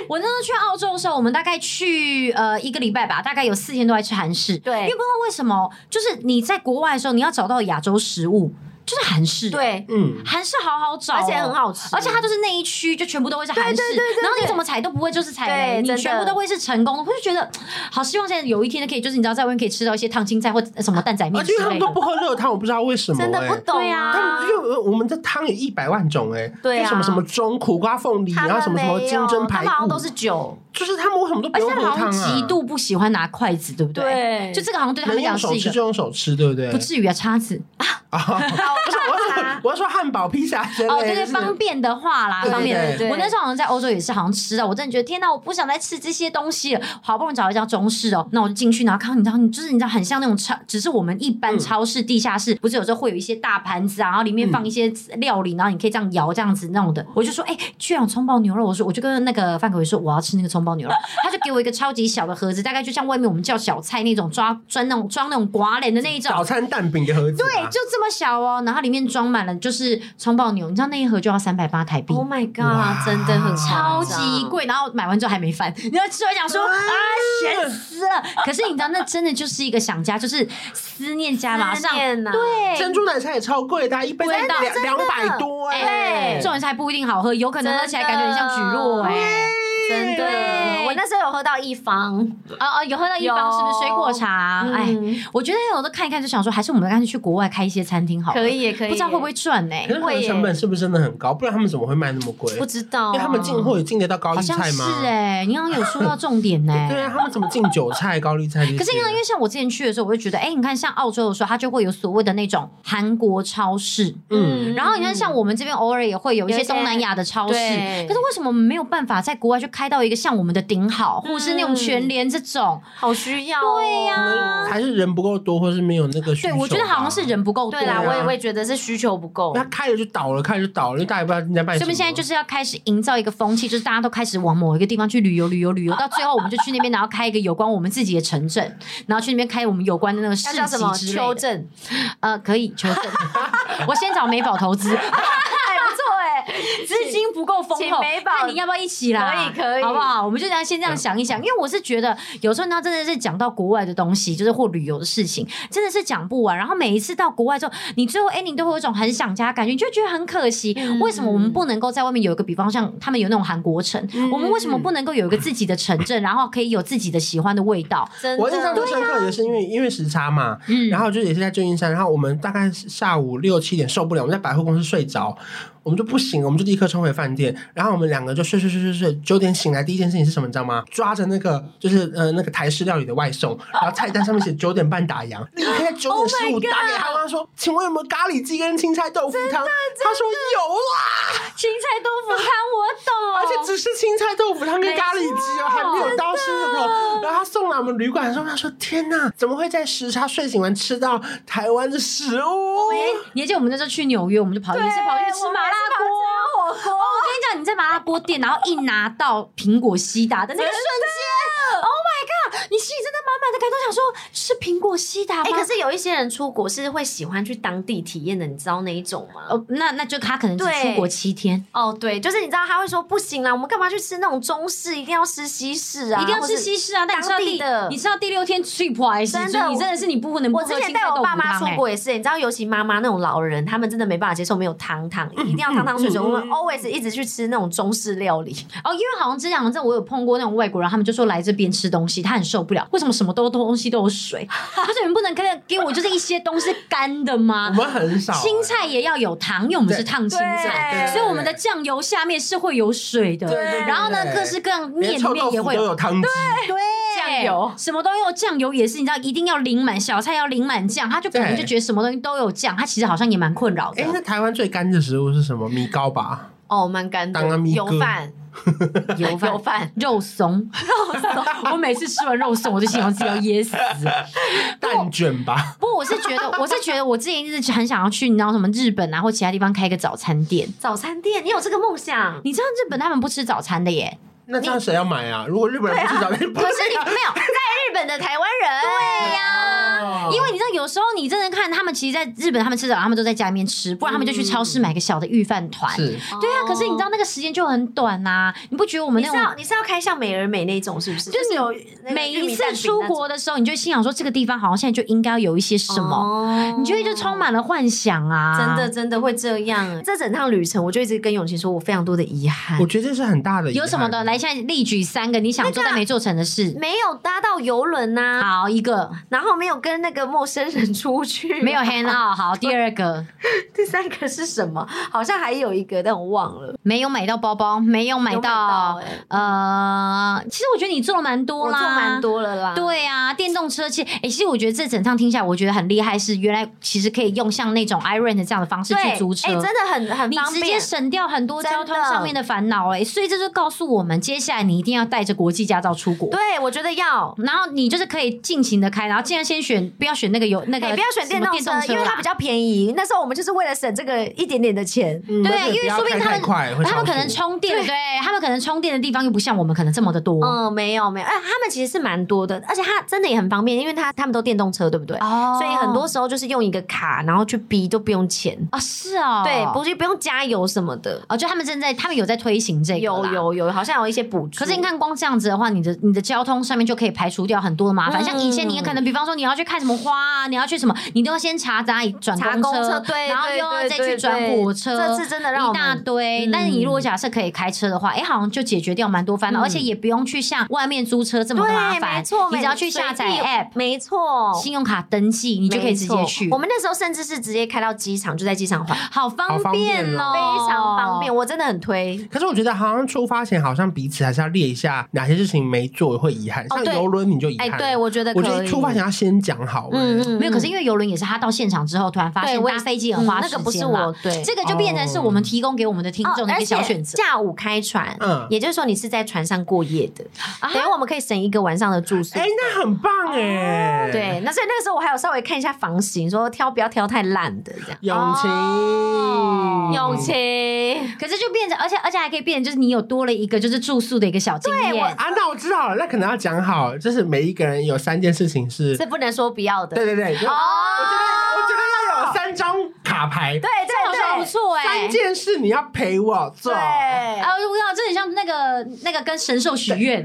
我那时候去澳洲的时候，我们大概去呃一个礼拜吧，大概有四天都在吃韩式。对因为不知道为什么，就是你在国外的时候，你要找到亚洲食物，就是韩式。，对，嗯，韩式好好找哦、而且很好吃，而且它就是那一区就全部都会是韩对式，对对对对然后你怎么踩都不会就是踩雷，对你真的全部都会是成功的。我就觉得好希望现在有一天可以，就是你知道在外面可以吃到一些烫青菜或什么蛋仔面而之且他类们都的。不喝热汤，我不知道为什么、欸。真的不懂对啊他们就我们的汤有一百万种哎、对啊就什么什么中苦瓜凤梨，他然后们什么什么没有金针排他们好像骨，都是酒，就是他们为什么都不而且用他喝们好汤像啊？极度不喜欢拿筷子，对不对就这个好像对他能们用讲是手一吃个就用手吃，对不对？不至于啊，叉子 啊，不是 我要说我要说汉堡、披萨之类的，哦，对对，就是方便的话啦，对方便对对我那时候好像在欧洲也是，好像吃到我真的觉得天哪，我不想再吃这些东西了。好不容易找一家中式哦，那我就进去，然后看到你知道，你就是你知道，很像那种超，只是我们一般嗯超市地下室不是有时候会有一些大盘子啊，然后里面放一些料理，然后你可以这样摇这样子弄的。我就说，哎，居然有葱爆牛肉，我说我就跟那个范可为说我要吃那个葱爆牛肉，他就给我一个超级小的盒子，大概就像外面我们叫小菜那种抓装那种装那种寡脸的那一种。早餐蛋饼的盒子、对，啊，就这么小哦，然后里面装满了就是葱爆牛，你知道那一盒就要三百八台币。 Oh my 哇 god，真的很超夸张级。贵，然后买完之后还没饭，然后吃完想说嗯哇啊，咸死了。可是你知道，那真的就是一个想家，就是思念家，马上哎思念呐对哎珍珠奶茶也超贵的啊、一杯才真的两两百多哎、对这种菜不一定好喝，有可能喝起来感觉很像蒟蒻哎。真的对，我那时候有喝到一方，啊啊，有喝到一方有是不是水果茶？哎、嗯我觉得有的看一看就想说，还是我们干脆去国外开一些餐厅好了，可以耶可以耶不知道会不会赚呢、可是它贵的耶成本是不是真的很高？不然他们怎么会卖那么贵？不知道啊，因为他们进货也进得到高好丽像菜是吗？哎、你刚刚有说到重点呢、 对啊，他们怎么进韭菜、高丽菜这些？可是因为因为像我之前去的时候，我就觉得，哎、你看像澳洲的时候，它就会有所谓的那种韩国超市，嗯，然后你看像我们这边偶尔也会有一有些一些东南亚的超市，嗯对可是为什么没有办法在国外就开到一个像我们的顶好，或者是那种全联这种？好需要哦，对呀、可能还是人不够多，或是没有那个需求嗯对，吧。我觉得好像是人不够多。对啦，对啊我也会觉得是需求不够。那开了就倒了，开了就倒了，因为大家也不知道人家办什么。啊所以我们现在就是要开始营造一个风气，就是大家都开始往某一个地方去旅游，旅游，旅游，到最后我们就去那边，然后开一个有关我们自己的城镇，然后去那边开我们有关的那个市要叫什么？集之类邱的。正，呃，可以求证。我先找美宝投资， 哎，不错哎， 资金不够丰请厚美，宝看你要不要一起啦？可以可以嗯好不好？我们就这样先这样想一想，因为我是觉得有时候呢，真的是讲到国外的东西，就是或旅游的事情，真的是讲不完。然后每一次到国外之后，你最后 ending 都会有一种很想家的感觉，你就觉得很可惜，嗯为什么我们不能够在外面有一个，比方像他们有那种韩国城，嗯我们为什么不能够有一个自己的城镇，然后可以有自己的喜欢的味道？真我印象最的。深刻也是因为因为时差嘛，嗯，然后就也是在旧金山，然后我们大概下午六七点受不了，我们在百货公司睡着，我们就不行，我们就立刻冲回饭店，然后我们两个就睡睡睡睡睡，九点醒来第一件事情是什么，你知道吗？抓着那个就是呃那个台式料理的外送，然后菜单上面写九点半打烊，立刻在九点十五 God 打给他，问他说，请问有没有咖喱鸡跟青菜豆腐汤？他说有啊，青菜豆腐汤我懂， 而且只是青菜豆腐汤跟咖喱鸡哦，还没有刀狮子头。然后他送来我们旅馆的时候，他说：“天哪，怎么会在时差睡醒完吃到台湾的食物？”啊你还记得我们那时候去纽约，我们就跑也是跑去吃麻辣锅。哦锅，火锅，我跟你讲，你在麻辣锅店，然后一拿到苹果西达的那个瞬间，Oh my god！你心里真的满满的感动，想说是苹果西达吗？哎、可是有一些人出国是会喜欢去当地体验的，你知道那一种吗？哦，那那就他可能只对出国七天，哦，对，就是你知道他会说不行啊啦，我们干嘛去吃那种中式？一定要吃西式啊，一定要或吃是西式啊！但你知道当第地的你知道第六天 trip 还是真的就你真的是你不能不我喝之青前菜带豆我腐爸妈汤出哎。国也是，你知道，尤其妈妈那种老人，他们真的没办法接受没有汤汤，一定要汤汤水水。嗯嗯我们嗯 always 一直去吃那种中式料理，哦，因为好像之前好像我有碰过那种外国人，他们就说来这边吃东西，他很受不了，为什么什么都东西都有水？ 就是你们不能给给我就是一些东西干的吗我？们很少、欸青菜也要有糖，因为我们是烫青菜，对所以我们的酱油下面是会有水的。对对对然后呢，对各式各样面连里臭面豆也腐会都有汤汁，对酱油什么都有，酱油也是，你知道一定要淋满，小菜要淋满酱，他就可能对就觉得什么东西都有酱，他其实好像也蛮困扰的哎，。那台湾最干的食物是什么？米糕 吧？哦，蛮干的当然，米油哥 饭，油油饭肉松， 肉松，我每次吃完肉松，我就形容自己要噎死了。蛋卷吧？不过我是觉得，我是觉得我之前一直很想要去，你知道什么日本啊或其他地方开一个早餐店。早餐店，你有这个梦 想？你知道日本他们不吃早餐的耶，那这样谁要买啊？如果日本人不吃早餐，不可是你没有在日本的台湾人，对呀、哦呃因为你知道，有时候你真的看他们，其实在日本他们吃早，他们都在家里面吃，不然他们就去超市买个小的预饭团。哦是对啊，可是你知道那个时间就很短呐、你不觉得我们你那是种要你是要开像美而美那种是不是？就是有那个每玉一米次蛋饼出那种国的时候，你就心想说这个地方好像现在就应该有一些什么，哦你就会就充满了幻想啊！真的。真的会这样。 这整趟旅程，我就一直跟永琪说，我非常多的遗憾我。觉得这是很大的遗有什么的？憾来，现在例举三个你想啊做但没做成的事。没有搭到游轮呐、好，一个然后没有跟那个陌生人出去，啊没有 hand out。好， 第二个第三个是什么？好像还有一个，但我忘了。没有买到包包，没有买有买到到欸呃，其实我觉得你做了蛮多我啦，做蛮多了啦。对啊，电动车其实，哎、其实我觉得这整趟听下来，我觉得很厉害，是原来其实可以用像那种 i r o n 的这样的方式对，去租车。哎、真的很很你方直便接。省掉很多交通真的上面的烦恼哎，所以这就告诉我们，接下来你一定要带着国际驾照出国，对，我觉得要。然后你就是可以尽情的开，然后尽量先选，不要选那个有那哎、个，不要选电动车，车啦，因为它比较便宜。那时候我们就是为了省这个一点点的钱，嗯对啊而且因为不要说不定开他太们快，会他们超可能速充电，对他们可能充电的地方又不像我们可能这么的多嗯，没有没有，哎、他们其实是蛮多的，而且它真的也很方便，因为它他们都电动车，对不对？哦所以很多时候就是用一个卡，然后去逼都不用钱，哦是哦，对，不是不用加油什么的。哦，就他们正在他们有在推行这个有啦有有，好像有一些补助。可是你，看，光这样子的话，你的你的交通上面就可以排除掉很多的麻烦。嗯像以前你可能，比方说你要去看什么花啊，你要去什么，你都要先查查转查公公车对然后又对要对再去对转对火车，这次真的让一我大们嗯堆。但是你如果假设可以开车的话，哎，好像就解决掉蛮多烦恼，而且也不用去像外面租车这么的麻嗯对，烦。没错，你只没要去下载随地 app。没错，信用卡登记，你就可以直接没去错，我们那时候甚至是直接开到机场，就在机场还，好方好方便便哦，哦非常方便。。我真的很推。可是我觉得，好像出发前好像彼此还是要列一下哪些事情没做会遗憾，像对游轮你就遗哎憾，了。对，我觉得可我以。觉得出发前要先讲好、欸，嗯嗯没有，可是因为游轮也是他到现场之后突然发对现我也搭是飞机很花嗯时那间个不是啦我，对，这个就变成是我们提供给我们的听众的一个小选哦择而且。下午开船，嗯也就是说你是在船上过夜的，啊等于我们可以省一个晚上的住宿。哎、那很棒哎、，哦对，那所以那个时候我还有稍微看一下房型，说挑不要挑太烂的这样。永晴，哦永琪，可是就变成，而且而且还可以变成，就是你有多了一个就是住宿的一个小经验。啊，那我知道了，那可能要讲好，就是每一个人有三件事情是，这不能说不要的。对对对，就哦我觉得我觉得要有三张卡牌，对好像不对错哎、三件事你要陪我做。对，啊，我知道，这很像那个那个跟神兽许愿，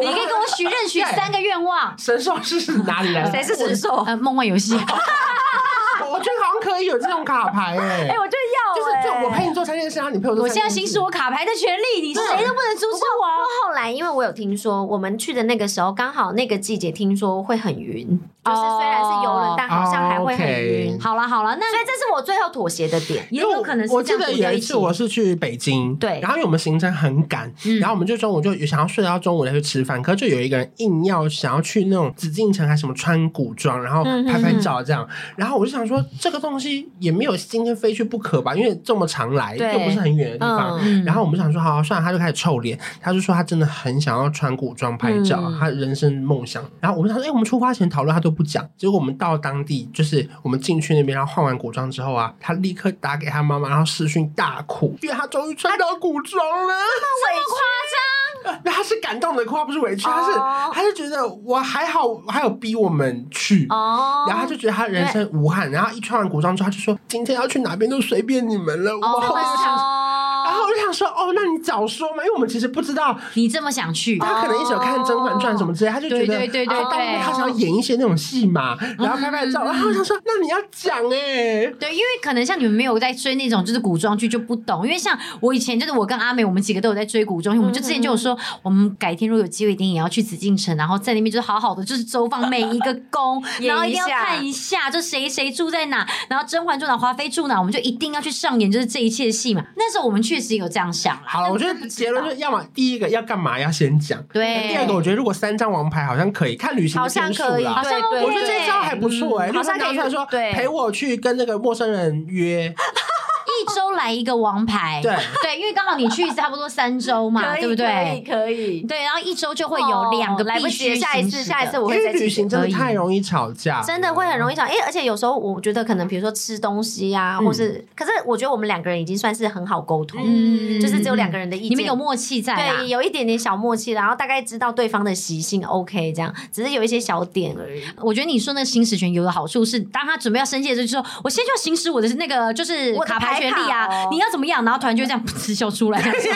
你可以跟我许愿许三个愿 望，神兽是哪里来的？谁是神兽？呃，梦幻游戏。我？我觉得好像可以有这种卡牌哎、哎，我就要，就是哎就我陪你做三件事，然后你陪我做 我三现件在事。行使我卡牌的权利，你谁都不能阻止我。后来，因为我有听说，我们去的那个时候刚好那个季节，听说会很晕，就是虽然是游哦轮，但好像还会很晕。哦，OK 好了好了，那所以这是我最后妥协的点。也因为有可能我是这记样得躲掉有一一起次我是去北京，对然后因为我们行程很赶，然后我们就中午就想要睡到中午再去吃饭，可是就有一个人硬要想要去那种紫禁城还是什么穿古装，然后嗯嗯拍拍嗯照这样，然后我就想说这个东西也没有今天非去不可吧，因为这么常来对又不是很远的地方，嗯然后我们想说好、算了，他就开始臭脸，他就说他真的很想要穿古装拍照，嗯他人生梦想。然后我们想说，哎、我们出发前讨论他都不讲，结果我们到当地，就是我们进去那边，然后换完古装之后啊，他立刻打给他妈妈，然后视讯大哭，因为他终于穿到古装了，这么 夸张？他是感动的哭，他不是委屈，他是、哦他是觉得我还好，还有逼我们去。哦然后他就觉得他人生无憾，然后一穿完古装之后，他就说今天要去哪边都随便你们了，我哦好那想然哦，，后我就想说，哦，那你早说嘛，因为我们其实不知道，你这么想去，他可能一直有看《甄嬛传》什么之类，他就觉得对对对对啊当对然他想要演一些那种戏嘛，然后拍拍照，然后我想说，那你要讲哎，对，因为可能像你们没有在追那种就是古装剧就不懂，因为像我以前就是我跟阿美，我们几个都有在追古装剧，我们就之前就有说，我们改天如果有机会，一定也要去紫禁城，然后在那边就是好好的就是走访每一个宫 演然后一一定要下看一下就谁谁住在哪，然后甄嬛住哪，华妃住哪，我们就一定要去上演就是这一切戏嘛。那时候我们确实有这样想啦，好了，我觉得结论就是，要么第一个要干嘛要先讲，对，第二个我觉得如果三张王牌好像可以看旅行哎好的像天数可以，啦。对对对，我觉得这招还不错哎、嗯就好是像可拿以出来说，对陪我去跟那个陌生人约，一周来一个王哎牌，对对，因为刚好你去差不多三周嘛，可以对不对？可以，可以对，然后一周就会有两个哦来不必及须了，下一行次，驶下一的次因我会为再旅去行真的可以太容易吵架，真的会很容易吵，哎、而且有时候我觉得可能，比如说吃东西啊，或是，可是我觉得我们两个人已经算是很好沟通，嗯就是只有两个人的意你们见有默契在啦。对，有一点点小默契，然后大概知道对方的习性，OK，这样，只是有一些小点而已。我觉得你说那个行使权有个好处是，当他准备要生气的时候，就说：“我现在就要行使我的那个就是我的卡牌权利牌卡啊哦！”你要怎么样？然后突然就会这样噗嗤笑出 来，就是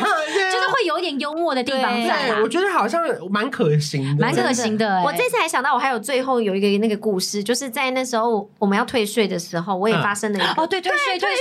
会有一点幽默的地方在对，啦我，觉得好像蛮可行的，蛮可行的欸。我这次还想到，我还有最后有一个那个故事，就是在那时候我们要退税的时候，我也发生了一个。哦，对，退税，退税，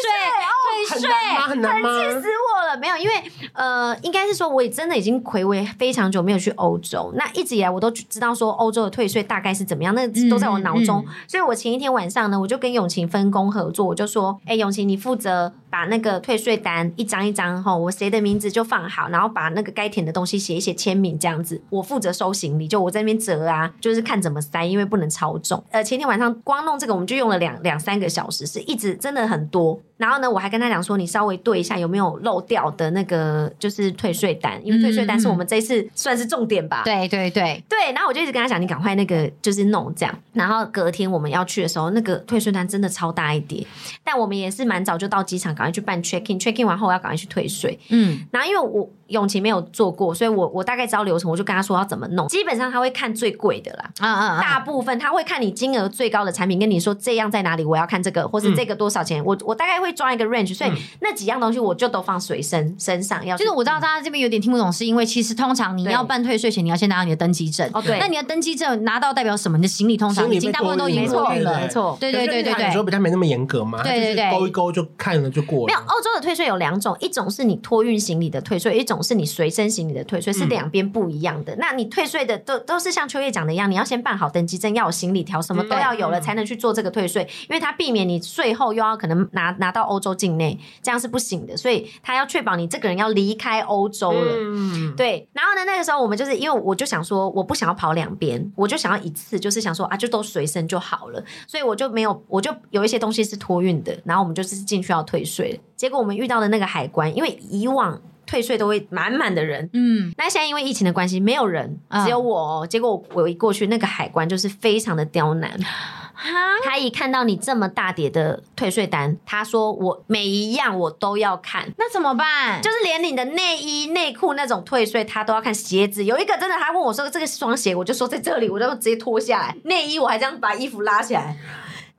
哦很退税，难吗？很难吗？气死我了！没有，因为呃，应该是说，我也真的已经回违非常久没有去欧洲。那一直以来我都知道说欧洲的退税大概是怎么样，那都在我脑中。所以我前一天晚上呢，我就跟永晴分工合作，我就说：“哎、永晴，你负责把那个退税单一张一张吼，我谁的名字就放好，然后把那个该填的东西写一写，签名这样子。我负责收行李，就我在那边折啊，就是看怎么塞，因为不能超重。呃，前天晚上光弄这个我们就用了两两三个小时，是一直真的很多。然后呢，我还跟他讲说，你稍微对一下有没有漏掉的那个就是退税单，因为退税单是我们这一次算是重点吧。对对对，对，然后我就一直跟他讲，你赶快那个就是弄这样。然后隔天我们要去的时候，那个退税单真的超大一叠，但我们也是蛮早就到机场，赶快去办 check in，check in 完后要赶快去退税。嗯，然后因为我永琪没有做过，所以我我大概知道流程，我就跟他说要怎么弄。基本上他会看最贵的啦，啊啊大啊，部分他会看你金额最高的产品，跟你说这样在哪里，我要看这个，或嗯是这个多少钱。我我大概会抓一个 range，所以那几样东西我就都放随身身上要去。就是我知道大家这边有点听不懂，是因为其实通常你对要办退税前，你要先拿到你的登机证。哦对那你的登机证拿到代表什么？你的行李通常行李已经被大部分都已经过过滤运了了，没错对对对对有时候对。比较没那么严格嘛，对对对它就是勾一勾就看了就过没有，了。欧洲的退税有两种，一种是你托运行李的退税，一种是你随身行李的退税，是两边不一样的。那你退税的都都是像秋叶讲的一样，你要先办好登记证，要有行李条，什么都要有了，才能去做这个退税，因为它避免你税后又要可能拿拿到欧洲境内，这样是不行的。所以他要确保你这个人要离开欧洲了。嗯，对，然后呢，那个时候我们就是因为我就想说，我不想要跑两边，我就想要一次，就是想说啊，就都随身就好了，所以我就没有，我就有一些东西是托运的，然后我们就是进去要退税，结果我们遇到的那个海关，因为以往退税都会满满的人。嗯，那现在因为疫情的关系，没有人，嗯只有我哦、结果我一过去，那个海关就是非常的刁难，哈，他一看到你这么大叠的退税单，他说我每一样我都要看，那怎么办？就是连你的内衣、内裤那种退税，他都要看鞋子。有一个真的，他问我说这个是双鞋，我就说在这里，我就直接脱下来。内衣我还这样把衣服拉起来，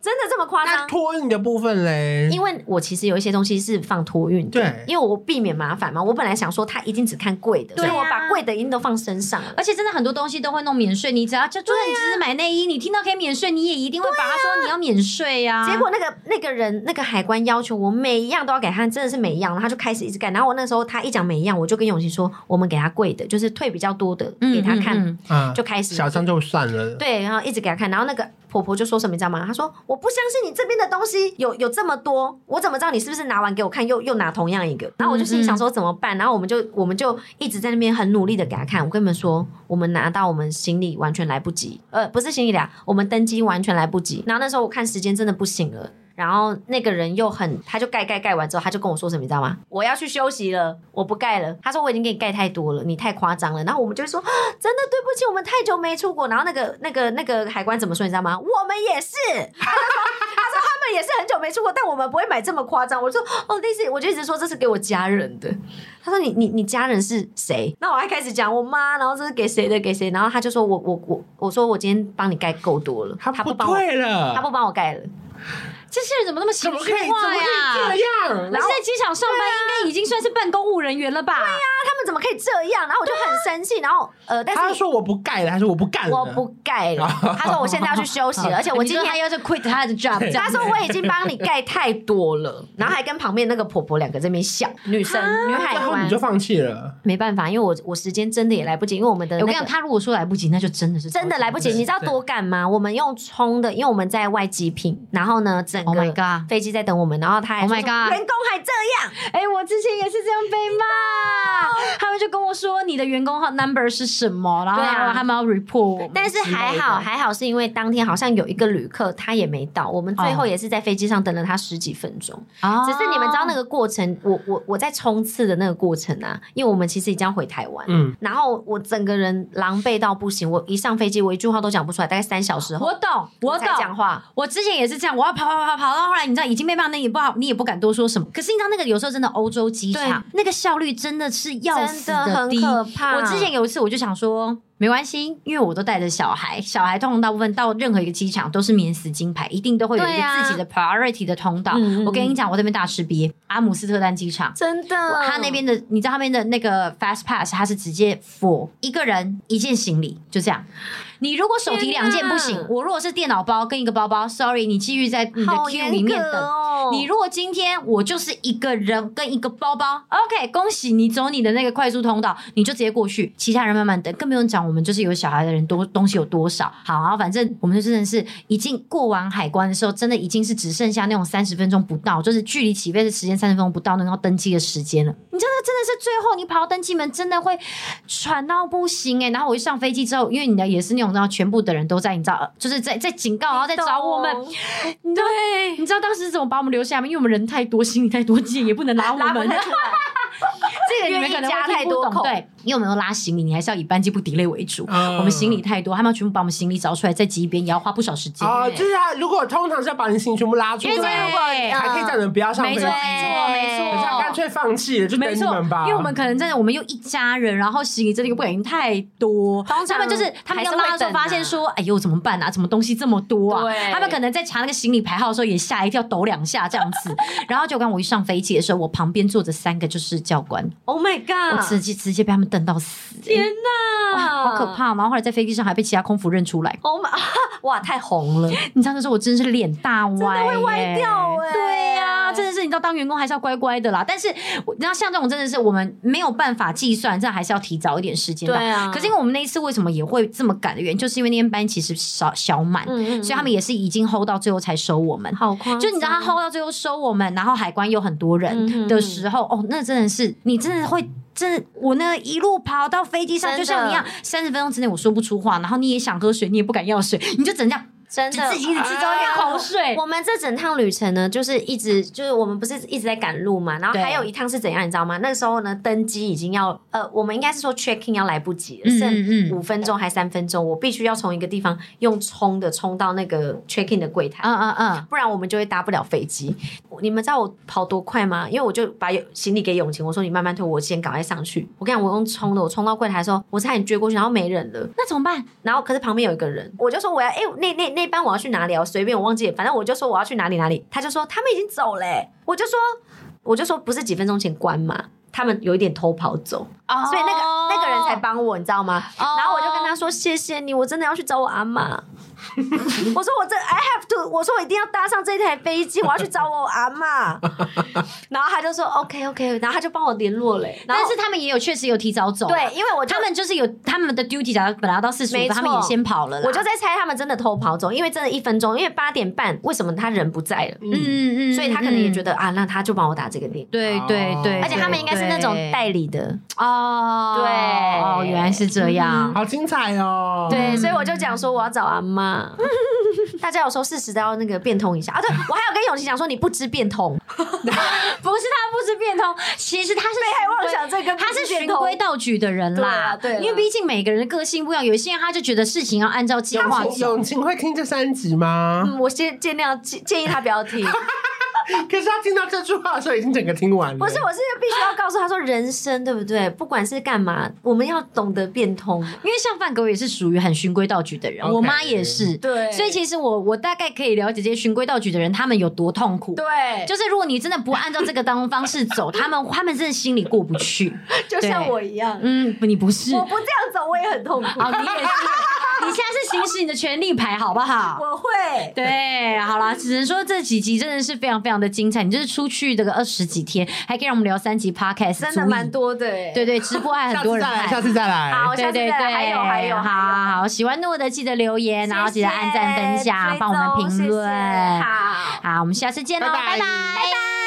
真的这么夸那张？托运的部分嘞，因为我其实有一些东西是放托运的，对因为我避免麻烦嘛。我本来想说他一定只看贵的，对所啊以我把贵的一定都放身上了。而且真的很多东西都会弄免税，你只要就就算你只是买内衣，你听到可以免税，你也一定会把它说你要免税啊呀、结果那个那个人那个海关要求我每一样都要给他，真的是每一样，然后他就开始一直干。然后我那时候他一讲每一样，我就跟永琪说，我们给他贵的，就是退比较多的嗯给他看，嗯嗯啊，就开始小张就算了，对，然后一直给他看，然后那个婆婆就说什么，你知道吗？她说：“我不相信你这边的东西有有这么多，我怎么知道你是不是拿完给我看，又又拿同样一个？”然后我就心里想说怎么办？然后我们就我们就一直在那边很努力的给他看。我跟你们说，我们拿到我们行李完全来不及，呃，不是行李啦，我们登机完全来不及。然后那时候我看时间真的不行了。然后那个人又很，他就盖盖盖完之后，他就跟我说什么，你知道吗？我要去休息了，我不盖了。他说我已经给你盖太多了，你太夸张了。然后我们就会说，啊真的对不起，我们太久没出国。然后那个那个那个海关怎么说，你知道吗？我们也是。他就说他说他们也是很久没出国，但我们不会买这么夸张。我就说哦，this is，我就一直说这是给我家人的。他说你你你家人是谁？那我还开始讲我妈，然后这是给谁的给谁，然后他就说我我我我说我今天帮你盖够多了，他他不帮我退了，他不帮我盖了。这些人怎么那么情怎么可绪以怎化么呀可以？这样？然然后后在机场上班，应该已经算是办公务人员了吧？他们怎么可以这样？然后我就很生气，然后呃，但他是说我不盖了，还是我不干了？我不盖 了。他说我现在要去休息了，而且啊我今你说天他要就 quit 他的 job，这样他子说我已经帮你盖太多了，然后还跟旁边那个婆婆两个这边笑，女生女海然后关你就放弃了。没办法，因为我我时间真的也来不及，因为我们的、欸那我个跟你讲，他如果说来不及，那就真的是真的来不及，对你知道多赶吗？我们用冲的，因为我们在外机坪，然后呢，整 Oh my 个 god！飞机在等我们，然后他还 Oh 说 my god 员工还这样，哎、我之前也是这样被骂，他们就跟我说你的员工号 number 是什么，然后对啊他们要 report 我们但是还好，之类的还好是因为当天好像有一个旅客他也没到，我们最后哦也是在飞机上等了他十几分钟。哦只是你们知道那个过程，我我我在冲刺的那个过程啊，因为我们其实已经要回台湾，嗯，然后我整个人狼狈到不行，我一上飞机我一句话都讲不出来，大概三小时后哦我懂，我才懂。讲话，我之前也是这样，我要跑跑跑跑到后来，你知道已经被骂，那也不好，你也不敢多说什么。可是你知道那个有时候真的欧洲机场那个效率真的是要真死的很低。可怕。我之前有一次我就想说，没关系，因为我都带着小孩，小孩通常大部分到任何一个机场都是免死金牌，一定都会有一对个啊自己的 priority 的通道。嗯嗯嗯我跟你讲，我这边大吃瘪，阿姆斯特丹机场。真的，他那边的，你知道他们的那个 fast pass，它是直接 for 一个人一件行李，就这样。你如果手提两件天哪不行，我如果是电脑包跟一个包包，sorry，你继续在你的好 queue 里严面格等。哦。你如果今天我就是一个人跟一个包包，OK，恭喜你走你的那个快速通道，你就直接过去，其他人慢慢等，更不用讲我们就是有小孩的人多东西有多少。好，然后反正我们就真的是已经过完海关的时候，真的已经是只剩下那种三十分钟不到，就是距离起飞的时间三十分钟不到，能够登机的时间了。你真的真的是最后你跑到登机门，真的会喘到不行哎、然后我一上飞机之后，因为你的也是那种，然后全部的人都在，你知道，呃就是在在警告，然后在找我们。你知道，你知道当时怎么把我们留下吗？因为我们人太多，行李太 多，机也不能拉 我拉不们。太 出来， 这个你们可能会听愿意加不太多懂，口对，因为我们都拉行李，你还是要以班机不 delay 为主。嗯我们行李太多，他们要全部把我们行李找出来，再集一遍，也要花不少时间。哦，就是他如果通常是要把你心全部拉出来，因为这如果对还可以叫呃人不要上飞没机，错，没错，可是他干脆放弃了，就等没你错们吧。，因为我们可能真的，我们又一家人，然后行李真的又不小心太多，通常他们就是他们要拉的时还是候会等啊发现说，哎呦怎么办啊？怎么东西这么多啊对？他们可能在查那个行李牌号的时候也吓一跳，抖两下这样子。然后就刚我一上飞机的时候，我旁边坐着三个就是教官， Oh my 我 god！直接直接被他们瞪到死，欸天啊哪，好可！怕！然后后来在飞机上还被其他空服认出来， Oh my，哇，太红了，你知道那时候我真的是脸大歪耶，真的会歪掉哎对呀、真的是你知道，当员工还是要乖乖的啦。但是，我你知道像这种真的是我们没有办法计算，这还是要提早一点时间对到。啊，可是因为我们那一次为什么也会这么赶的原因，就是因为那天班其实少小满，嗯嗯嗯所以他们也是已经 hold 到最后才收我们。好夸张，就你知道他 hold 到最后收我们，然后海关有很多嗯人嗯的时候，哦，那真的是你真的会。真的，我那一路跑到飞机上，真就的像你一样，三十分钟之内我说不出话，然后你也想喝水，你也不敢要水，你就只能这样，真只的自己一直制造一点口水。啊 我们这整趟旅程呢，就是一直就是我们不是一直在赶路嘛，然后对还有一趟是怎样，你知道吗？那个时候呢，登机已经要呃，我们应该是说 check in 要来不及了，嗯嗯剩嗯五分钟还三分钟，我必须要从一个地方用冲的冲到那个 check in 的柜台。嗯嗯嗯，不然我们就会搭不了飞机。你们知道我跑多快吗？因为我就把行李给永晴，我说你慢慢推，我先赶快上去。我跟你讲，我用冲的，我冲到柜台的时候，我差点追过去，然后没人了。那怎么办？然后可是旁边有一个人，我就说我要哎、那那那班我要去哪里啊？我随便我忘记了，反正我就说我要去哪里哪里，他就说他们已经走嘞、我就说我就说不是几分钟前关嘛。他们有一点偷跑走，所以那个、那个人才帮我，你知道吗哦然后我就跟他说：“谢谢你，我真的要去找我阿 妈。”我说：“我这 I have to，我说我一定要搭上这台飞机，我要去找我阿妈。”然后他就说：“OK OK。”然后他就帮我联络嘞、然后但是他们也有确实有提早走啊，对，因为我就他们就是有他们的 duty，假如本来要到四十没五，错他们也先跑了啦。嗯我就在猜他们真的偷跑走，因为真的一分钟，因为八点半，为什么他人不在了？嗯嗯嗯，所以他可能也觉得，得、啊，那他就帮我打这个电话。对对哦对，而且他们应该是那种代理的，哦，对嗯哦，原来是这样。好精彩哦！对，所以我就讲说我要找阿 妈。大家有时候适时的要那个变通一下啊！对我还有跟永琪讲说你不知变通，不是他不知变通，其实他是被害妄想症跟他是循不知变通规蹈矩的人啦，对啊对啊因为毕竟每个人的个性不一样，有些人他就觉得事情要按照计划永走。啊永晴会听这三集吗？嗯，我先尽量建建议他不要 听。可是他听到这句话的时候，已经整个听完了。嗯不是，我是必须要告诉他说，人生对不对？不管是干嘛，我们要懂得变通。因为像范狗也是属于很循规蹈矩的人 OK 我妈也是，对所以其实我我大概可以了解这些循规蹈矩的人他们有多痛苦。对就是如果你真的不按照这个当方式走，他们 他们真的心里过不去。就对一样，嗯，你不是，我哦，不这样走我哦也很痛苦。你也是， 你现在是行使你的权利牌，好不好？ 我会，对，好啦，只能说这几集真的是非常非常的精彩。你就是出去这个二十几天，还可以让我们聊三集 podcast，真足的以蛮。多的欸。对对，直播还下很多次人再来，下看。次再来。好，对下次对再对，来还有还有好还有，好，喜欢诺的记得留言，然后记得按赞、分享，帮我们评论。好，好，我们下次见喽，拜拜拜拜。